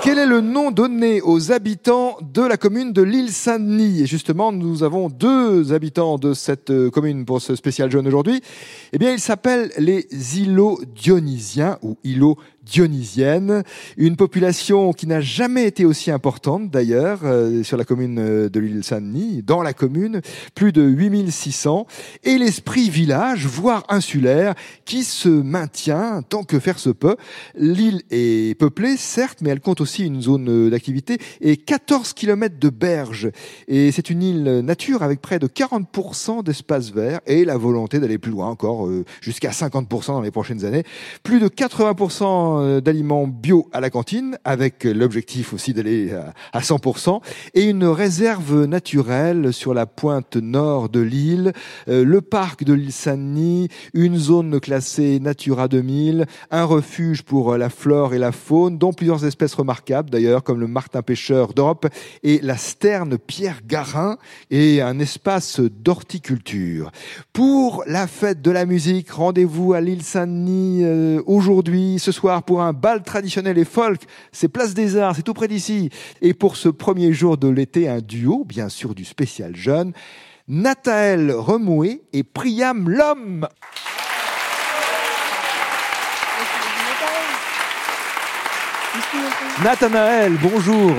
quel est le nom donné aux habitants de la commune de l'île Saint-Denis Et justement, nous avons deux habitants de cette euh, commune pour ce spécial jeune aujourd'hui. Eh bien, ils s'appellent les îlots dionysiens ou îlots dionysiennes. Une population qui n'a jamais été aussi importante d'ailleurs euh, sur la commune euh, de l'île Saint-Denis, dans la commune, plus de 8600. Et l'esprit village, voire insulaire, qui se maintient tant que faire se peut. L'île est peuplée, certes, mais elle compte aussi une zone euh, d'activité et 14 km de berges. Et c'est une île euh, nature avec près de 40% d'espace vert et la volonté d'aller plus loin encore, euh, jusqu'à 50% dans les prochaines années. Plus de 80% d'aliments bio à la cantine, avec euh, l'objectif aussi d'aller à- à 100%, et une réserve naturelle sur la pointe nord de l'île, euh, le parc de l'île Saint-Denis, une zone classée Natura 2000, un refuge pour euh, la flore et la faune, dont plusieurs espèces remarquables d'ailleurs, comme le martin pêcheur d'Europe et la sterne Pierre Garin, et un espace d'horticulture. Pour la fête de la musique, rendez-vous à l'île Saint-Denis euh, aujourd'hui, ce soir, pour un bal traditionnel et folk. C'est Place des Arts, c'est tout près d'ici. Et pour ce premier jour de l'été, un duo, bien sûr, du spécial jeune. Nathael Remoué et Priam L'Homme. Nathanaël, bonjour.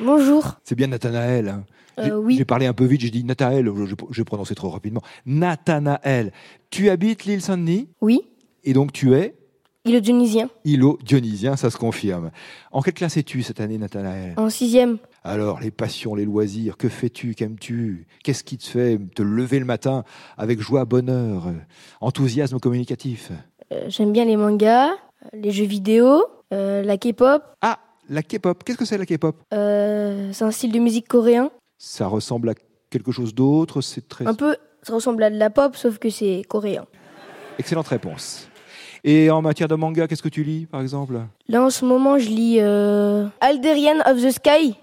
Bonjour. C'est bien Nathanaël. hein. Euh, J'ai- oui. J'ai parlé un peu vite, j'ai dit Nathanaël, je- je- j'ai prononcé trop rapidement. Nathanaël, tu habites l'île Saint-Denis Oui. et donc tu es Il est tunisien. îlot dionysien, ça se confirme. En quelle classe es-tu cette année, Nathanaël En sixième. Alors, les passions, les loisirs, que fais-tu, qu'aimes-tu Qu'est-ce qui te fait te lever le matin avec joie, bonheur, euh, enthousiasme communicatif Euh, J'aime bien les mangas, euh, les jeux vidéo, euh, la K-pop. Ah, la K-pop, qu'est-ce que c'est la K-pop euh, c'est un style de musique coréen. Ça ressemble à quelque chose d'autre, c'est très... Un peu, ça ressemble à de la pop, sauf que c'est coréen. Excellente réponse. Et en matière de manga, qu'est-ce que tu lis, par exemple Là, en ce moment, je lis euh, Alderian of the Sky.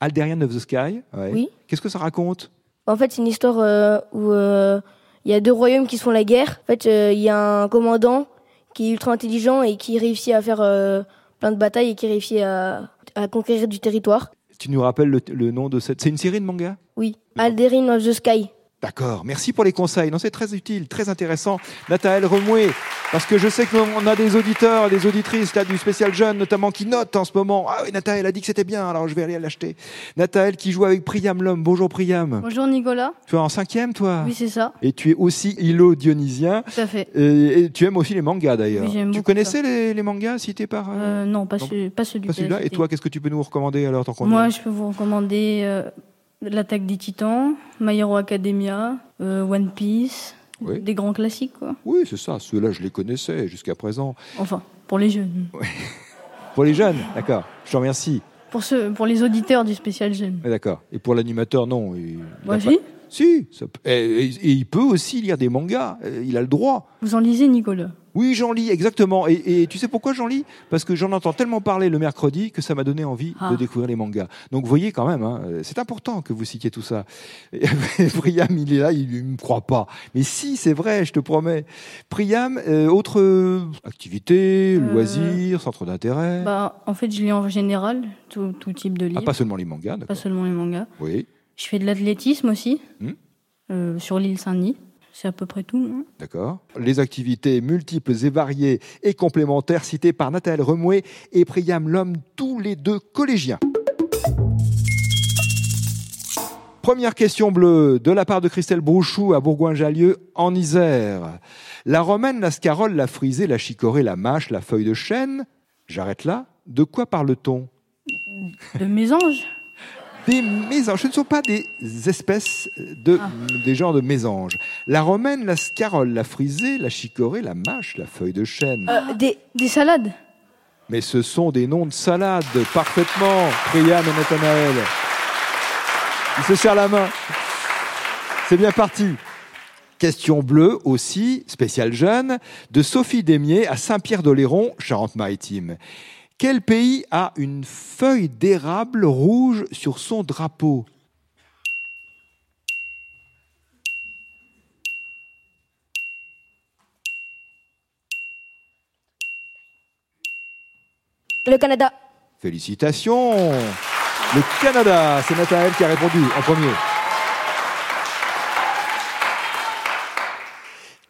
Alderian of the Sky ouais. Oui. Qu'est-ce que ça raconte En fait, c'est une histoire euh, où euh, il y a deux royaumes qui se font la guerre. En fait, euh, il y a un commandant qui est ultra intelligent et qui réussit à faire euh, plein de batailles et qui réussit à, à conquérir du territoire. Tu nous rappelles le, le nom de cette... C'est une série de manga Oui, Alderian of the Sky. D'accord, merci pour les conseils. Non, c'est très utile, très intéressant. Nathael Remoué, parce que je sais qu'on a des auditeurs, des auditrices là du spécial jeune notamment qui notent en ce moment. Ah oui, Nathael a dit que c'était bien, alors je vais aller l'acheter. Nathael qui joue avec Priam l'homme. Bonjour Priam. Bonjour Nicolas. Tu es en cinquième toi Oui, c'est ça, Et tu es aussi îlot dionysien. tout à fait. Euh, Et, et tu aimes aussi les mangas d'ailleurs. Oui, j'aime tu beaucoup connaissais les, les mangas cités par euh, Euh, non, pas, non. ce- pas celui pas celui-là que Et j'étais. toi, qu'est-ce que tu peux nous recommander alors tant qu'on y Moi, est je peux vous recommander euh, L'attaque des titans, My Hero Academia, euh, One Piece, Oui. des grands classiques, quoi. Oui, c'est ça. Ceux-là, je les connaissais jusqu'à présent. Enfin, pour les jeunes. Pour les jeunes, d'accord. Je te remercie. Pour, ceux, pour les auditeurs du spécial jeunes. Ouais, d'accord. Et pour l'animateur, non. il- il a Moi, pas- Si, ça peut- et, et- et il peut aussi lire des mangas, euh, il a le droit. Vous en lisez, Nicolas Oui, j'en lis, exactement. Et, et tu sais pourquoi j'en lis Parce que j'en entends tellement parler le mercredi que ça m'a donné envie Ah. de découvrir les mangas. Donc vous voyez quand même, hein, euh, c'est important que vous citiez tout ça. Et Priam, il est là, il ne me croit pas. Mais si, c'est vrai, je te promets. Priam, euh, autre euh, activité, Euh, loisirs, centre d'intérêt Bah, en fait, je lis en général tout, tout type de Ah, livres, pas seulement les mangas, pas d'accord. seulement les mangas. Oui, Je fais de l'athlétisme aussi, Hmm. euh, sur l'île Saint-Denis. C'est à peu près tout. hein. D'accord. Les activités multiples et variées et complémentaires citées par Nathalie Remoué et Priam Lhomme, tous les deux collégiens. Première question bleue de la part de Christelle Brouchou à Bourgoin-Jallieu en Isère. La romaine, la scarole, la frisée, la chicorée, la mâche, la feuille de chêne. J'arrête là. De quoi parle-t-on De mésange des mésanges. Ce ne sont pas des espèces de, Ah. des genres de mésanges. La romaine, la scarole, la frisée, la chicorée, la mâche, la feuille de chêne. Euh, des, Des salades Mais ce sont des noms de salades, parfaitement, Priam et Nathanaël. Ils se serrent la main. C'est bien parti. Question bleue aussi, spécial jeune, de Sophie Démier à Saint-Pierre-d'Oléron, Charente-Maritime. Quel pays a une feuille d'érable rouge sur son drapeau Le Canada. Félicitations Le Canada, c'est Nathalie qui a répondu en premier.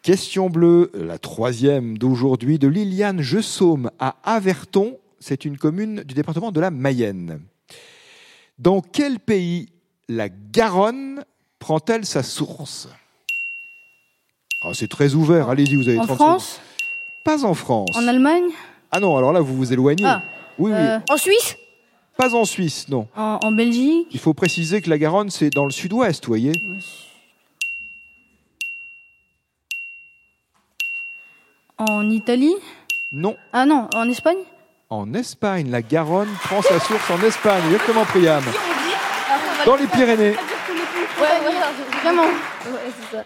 Question bleue, la troisième d'aujourd'hui, de Liliane Jessaume à Averton. C'est une commune du département de la Mayenne. Dans quel pays la Garonne prend-elle sa source Ah, C'est très ouvert, allez-y, vous avez En 30 secondes. France Pas en France. En Allemagne Ah non, alors là, vous vous éloignez. Ah, oui, oui. euh, En Suisse Pas en Suisse, non. en, en Belgique Il faut préciser que la Garonne, c'est dans le sud-ouest, vous voyez. En Italie Non, Ah non, en Espagne en Espagne. La Garonne prend sa source en Espagne. Exactement, Priam. Dans les Pyrénées. Ouais, voilà, Vraiment Ouais, c'est ça.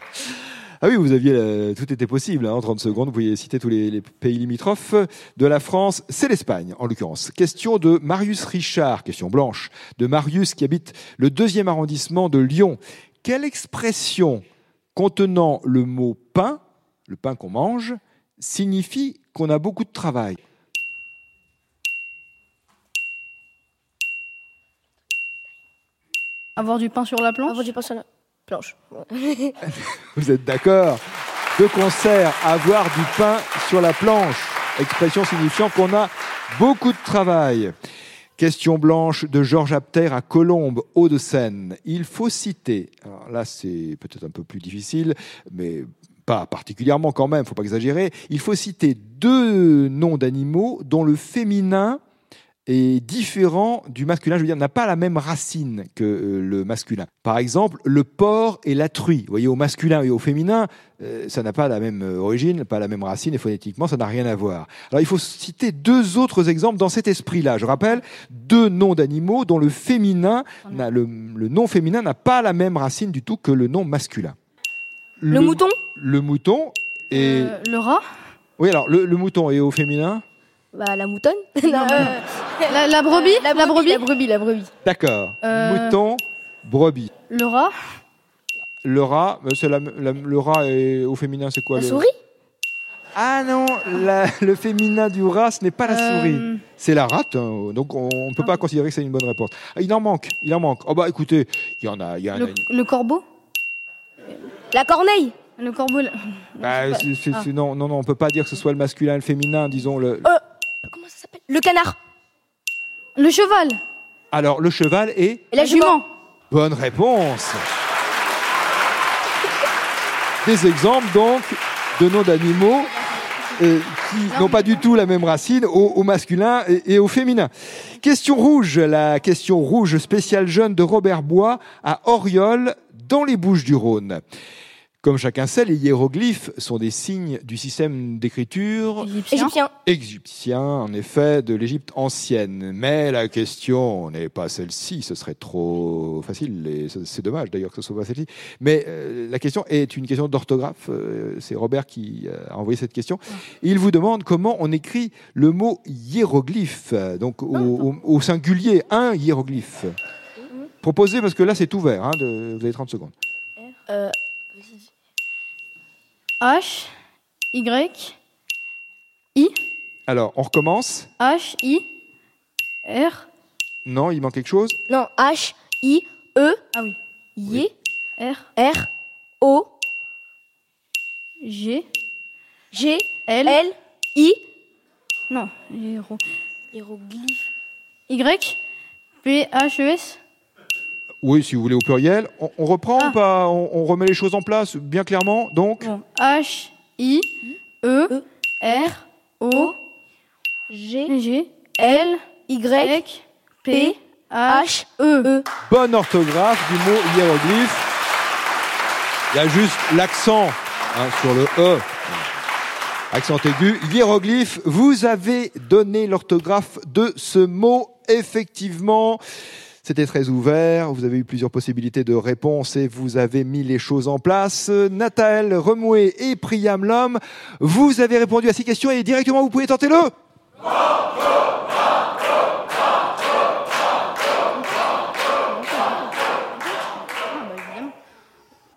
Ah oui, vous aviez euh, tout était possible hein, en 30 secondes. Vous pouviez citer tous les, les pays limitrophes de la France. C'est l'Espagne, en l'occurrence. Question de Marius Richard, question blanche, de Marius qui habite le deuxième arrondissement de Lyon. Quelle expression contenant le mot pain, le pain qu'on mange, signifie qu'on a beaucoup de travail Avoir du pain sur la planche Avant, j'ai pensé à la planche. Ouais. Vous êtes d'accord De concert, avoir du pain sur la planche. Expression signifiant qu'on a beaucoup de travail. Question blanche de Georges Apter à Colombes, Hauts-de-Seine. Il faut citer, alors là c'est peut-être un peu plus difficile, mais pas particulièrement quand même, faut pas exagérer. Il faut citer deux noms d'animaux dont le féminin est différent du masculin, je veux dire, n'a pas la même racine que euh, le masculin. Par exemple, le porc et la truie. Vous voyez, au masculin et au féminin, euh, ça n'a pas la même euh, origine, pas la même racine, et phonétiquement, ça n'a rien à voir. Alors, il faut citer deux autres exemples dans cet esprit-là. Je rappelle, deux noms d'animaux dont le féminin, n'a- le, le nom féminin n'a pas la même racine du tout que le nom masculin. Le, mouton Le mouton et... Euh, Le rat Oui, alors, le, le mouton est au féminin Bah, la moutonne. Non, euh, la, la brebis Euh, La brebis, la brebis, la brebis. D'accord. Euh, Mouton, brebis. Le rat Le rat, euh, c'est la- la- le rat est- au féminin, c'est quoi La le- souris Ah non, la- le féminin du rat, ce n'est pas la Euh, Ah souris. C'est la rate, hein, donc on ne peut pas considérer que c'est une bonne réponse. Ah, Il en manque, il en manque. Oh bah écoutez, il y en a. il Y en a le, le corbeau La corneille Le corbeau. la- Bah, je sais c'est- c'est- Ah. c'est- non, non, non, on ne peut pas dire que ce soit le masculin et le féminin, disons. Le... Comment ça s'appelle Le canard pas. Le cheval Alors, le cheval est. Et la Le jument Bonne réponse Des exemples donc de noms d'animaux euh, qui n'ont pas du tout la même racine au, au masculin et, et au féminin. Question rouge, la question rouge spéciale jeune de Robert Bois à Oriol dans les Bouches du Rhône. Comme chacun sait, les hiéroglyphes sont des signes du système d'écriture Égyptien. Égyptien égyptien, en effet, de l'Égypte ancienne. Mais la question n'est pas celle-ci, ce serait trop facile, et ce- c'est dommage d'ailleurs que ce soit pas celle-ci. Mais euh, la question est une question d'orthographe, euh, c'est Robert qui euh, a envoyé cette question. Il vous demande comment on écrit le mot hiéroglyphe, euh, donc au, au- au singulier, un hiéroglyphe. Proposez, parce que là c'est ouvert, hein, de- vous avez 30 secondes. Euh, H, Y, I, Alors, on recommence H, I, R, Non, il manque quelque chose Non, H, I, E, ah oui, Y, R, R, O, G, G, L, L, I. non, héros. Hiéroglyphe. Y, P, H, E, S, Oui, si vous voulez au pluriel. On, on reprend Ah. ou pas on, on remet les choses en place bien clairement. Donc, bon, H, I, E, R, O, G, G, L, Y, Y, P, P, H, H, E. E. bonne orthographe du mot hiéroglyphe. Il y a juste l'accent hein, sur le E. Accent aigu. Hiéroglyphe, vous avez donné l'orthographe de ce mot, effectivement. C'était très ouvert, vous avez eu plusieurs possibilités de réponse et vous avez mis les choses en place. Euh, Nathael Remoué et Priam Lhomme, vous avez répondu à ces questions et directement vous pouvez tenter le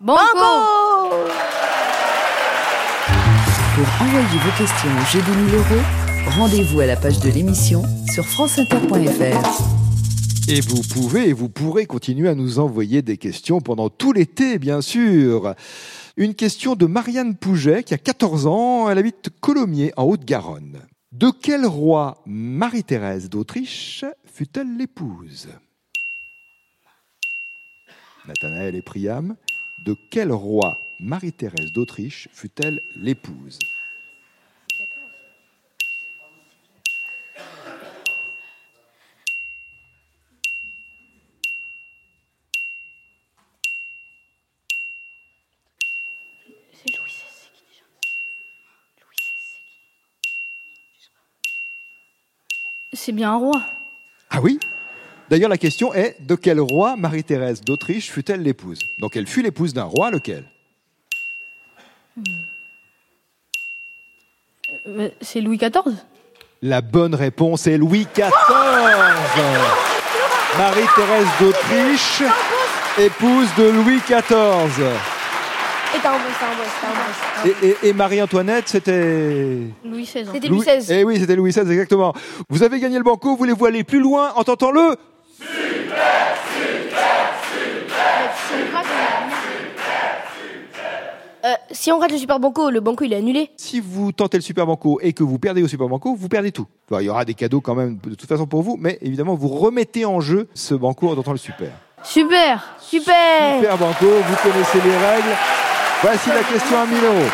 Banco, Pour envoyer vos questions au jeu des 1000 euros, rendez-vous à la page de l'émission sur franceinter.fr. Et vous pouvez et vous pourrez continuer à nous envoyer des questions pendant tout l'été, bien sûr. Une question de Marianne Pouget, qui a 14 ans, elle habite Colomiers, en Haute-Garonne. De quel roi Marie-Thérèse d'Autriche fut-elle l'épouse Nathanaël et Priam, de quel roi Marie-Thérèse d'Autriche fut-elle l'épouse C'est Louis XVI, c'est qui déjà Louis XVI, c'est qui c'est bien un roi. Ah oui D'ailleurs, la question est de quel roi Marie-Thérèse d'Autriche fut-elle l'épouse Donc, elle fut l'épouse d'un roi, lequel Euh, C'est Louis XIV La bonne réponse est Louis XIV. Marie-Thérèse d'Autriche, épouse de Louis XIV. Et t'as un boss, t'as un boss, t'as un boss. Et, et- et Marie-Antoinette, c'était... Louis XVI. C'était Louis XVI. Eh oui, c'était Louis XVI, exactement. Vous avez gagné le banco, voulez-vous aller plus loin en tentant le Euh, si on rate le Super Banco, le Banco il est annulé. Si vous tentez le Super Banco et que vous perdez au Super Banco, vous perdez tout. Enfin, il y aura des cadeaux quand même de toute façon pour vous, mais évidemment, vous remettez en jeu ce banco en tentant le Super. Super Super Super Banco, vous connaissez les règles. Voici la question à 1000 euros.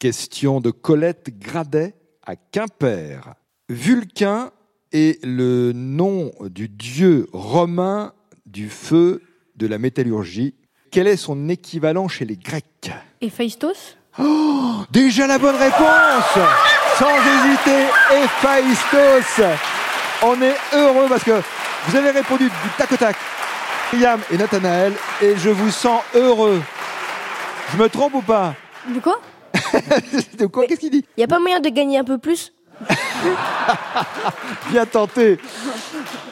Question de Colette Gradet à Quimper. Vulcain est le nom du dieu romain du feu, de la métallurgie. Quel est son équivalent chez les Grecs Et Phaistos Déjà la bonne réponse Sans hésiter, Héphaïstos On est heureux parce que vous avez répondu du tac au tac. Liam et Nathanaël, et je vous sens heureux. Je me trompe ou pas De quoi De quoi Qu'est-ce qu'il dit Y a pas moyen de gagner un peu plus Bien tenté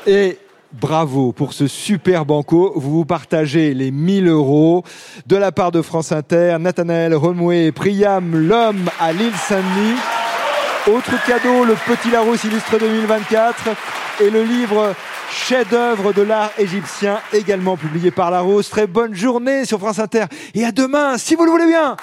Et bravo pour ce super banco. Vous vous partagez les 1000 euros de la part de France Inter, Nathanaël Remoué, Priam, l'homme à l'île Saint-Denis. Autre cadeau, le Petit Larousse illustre 2024 et le livre Chef-d'œuvre de l'art égyptien, également publié par Larousse. Très bonne journée sur France Inter et à demain, si vous le voulez bien.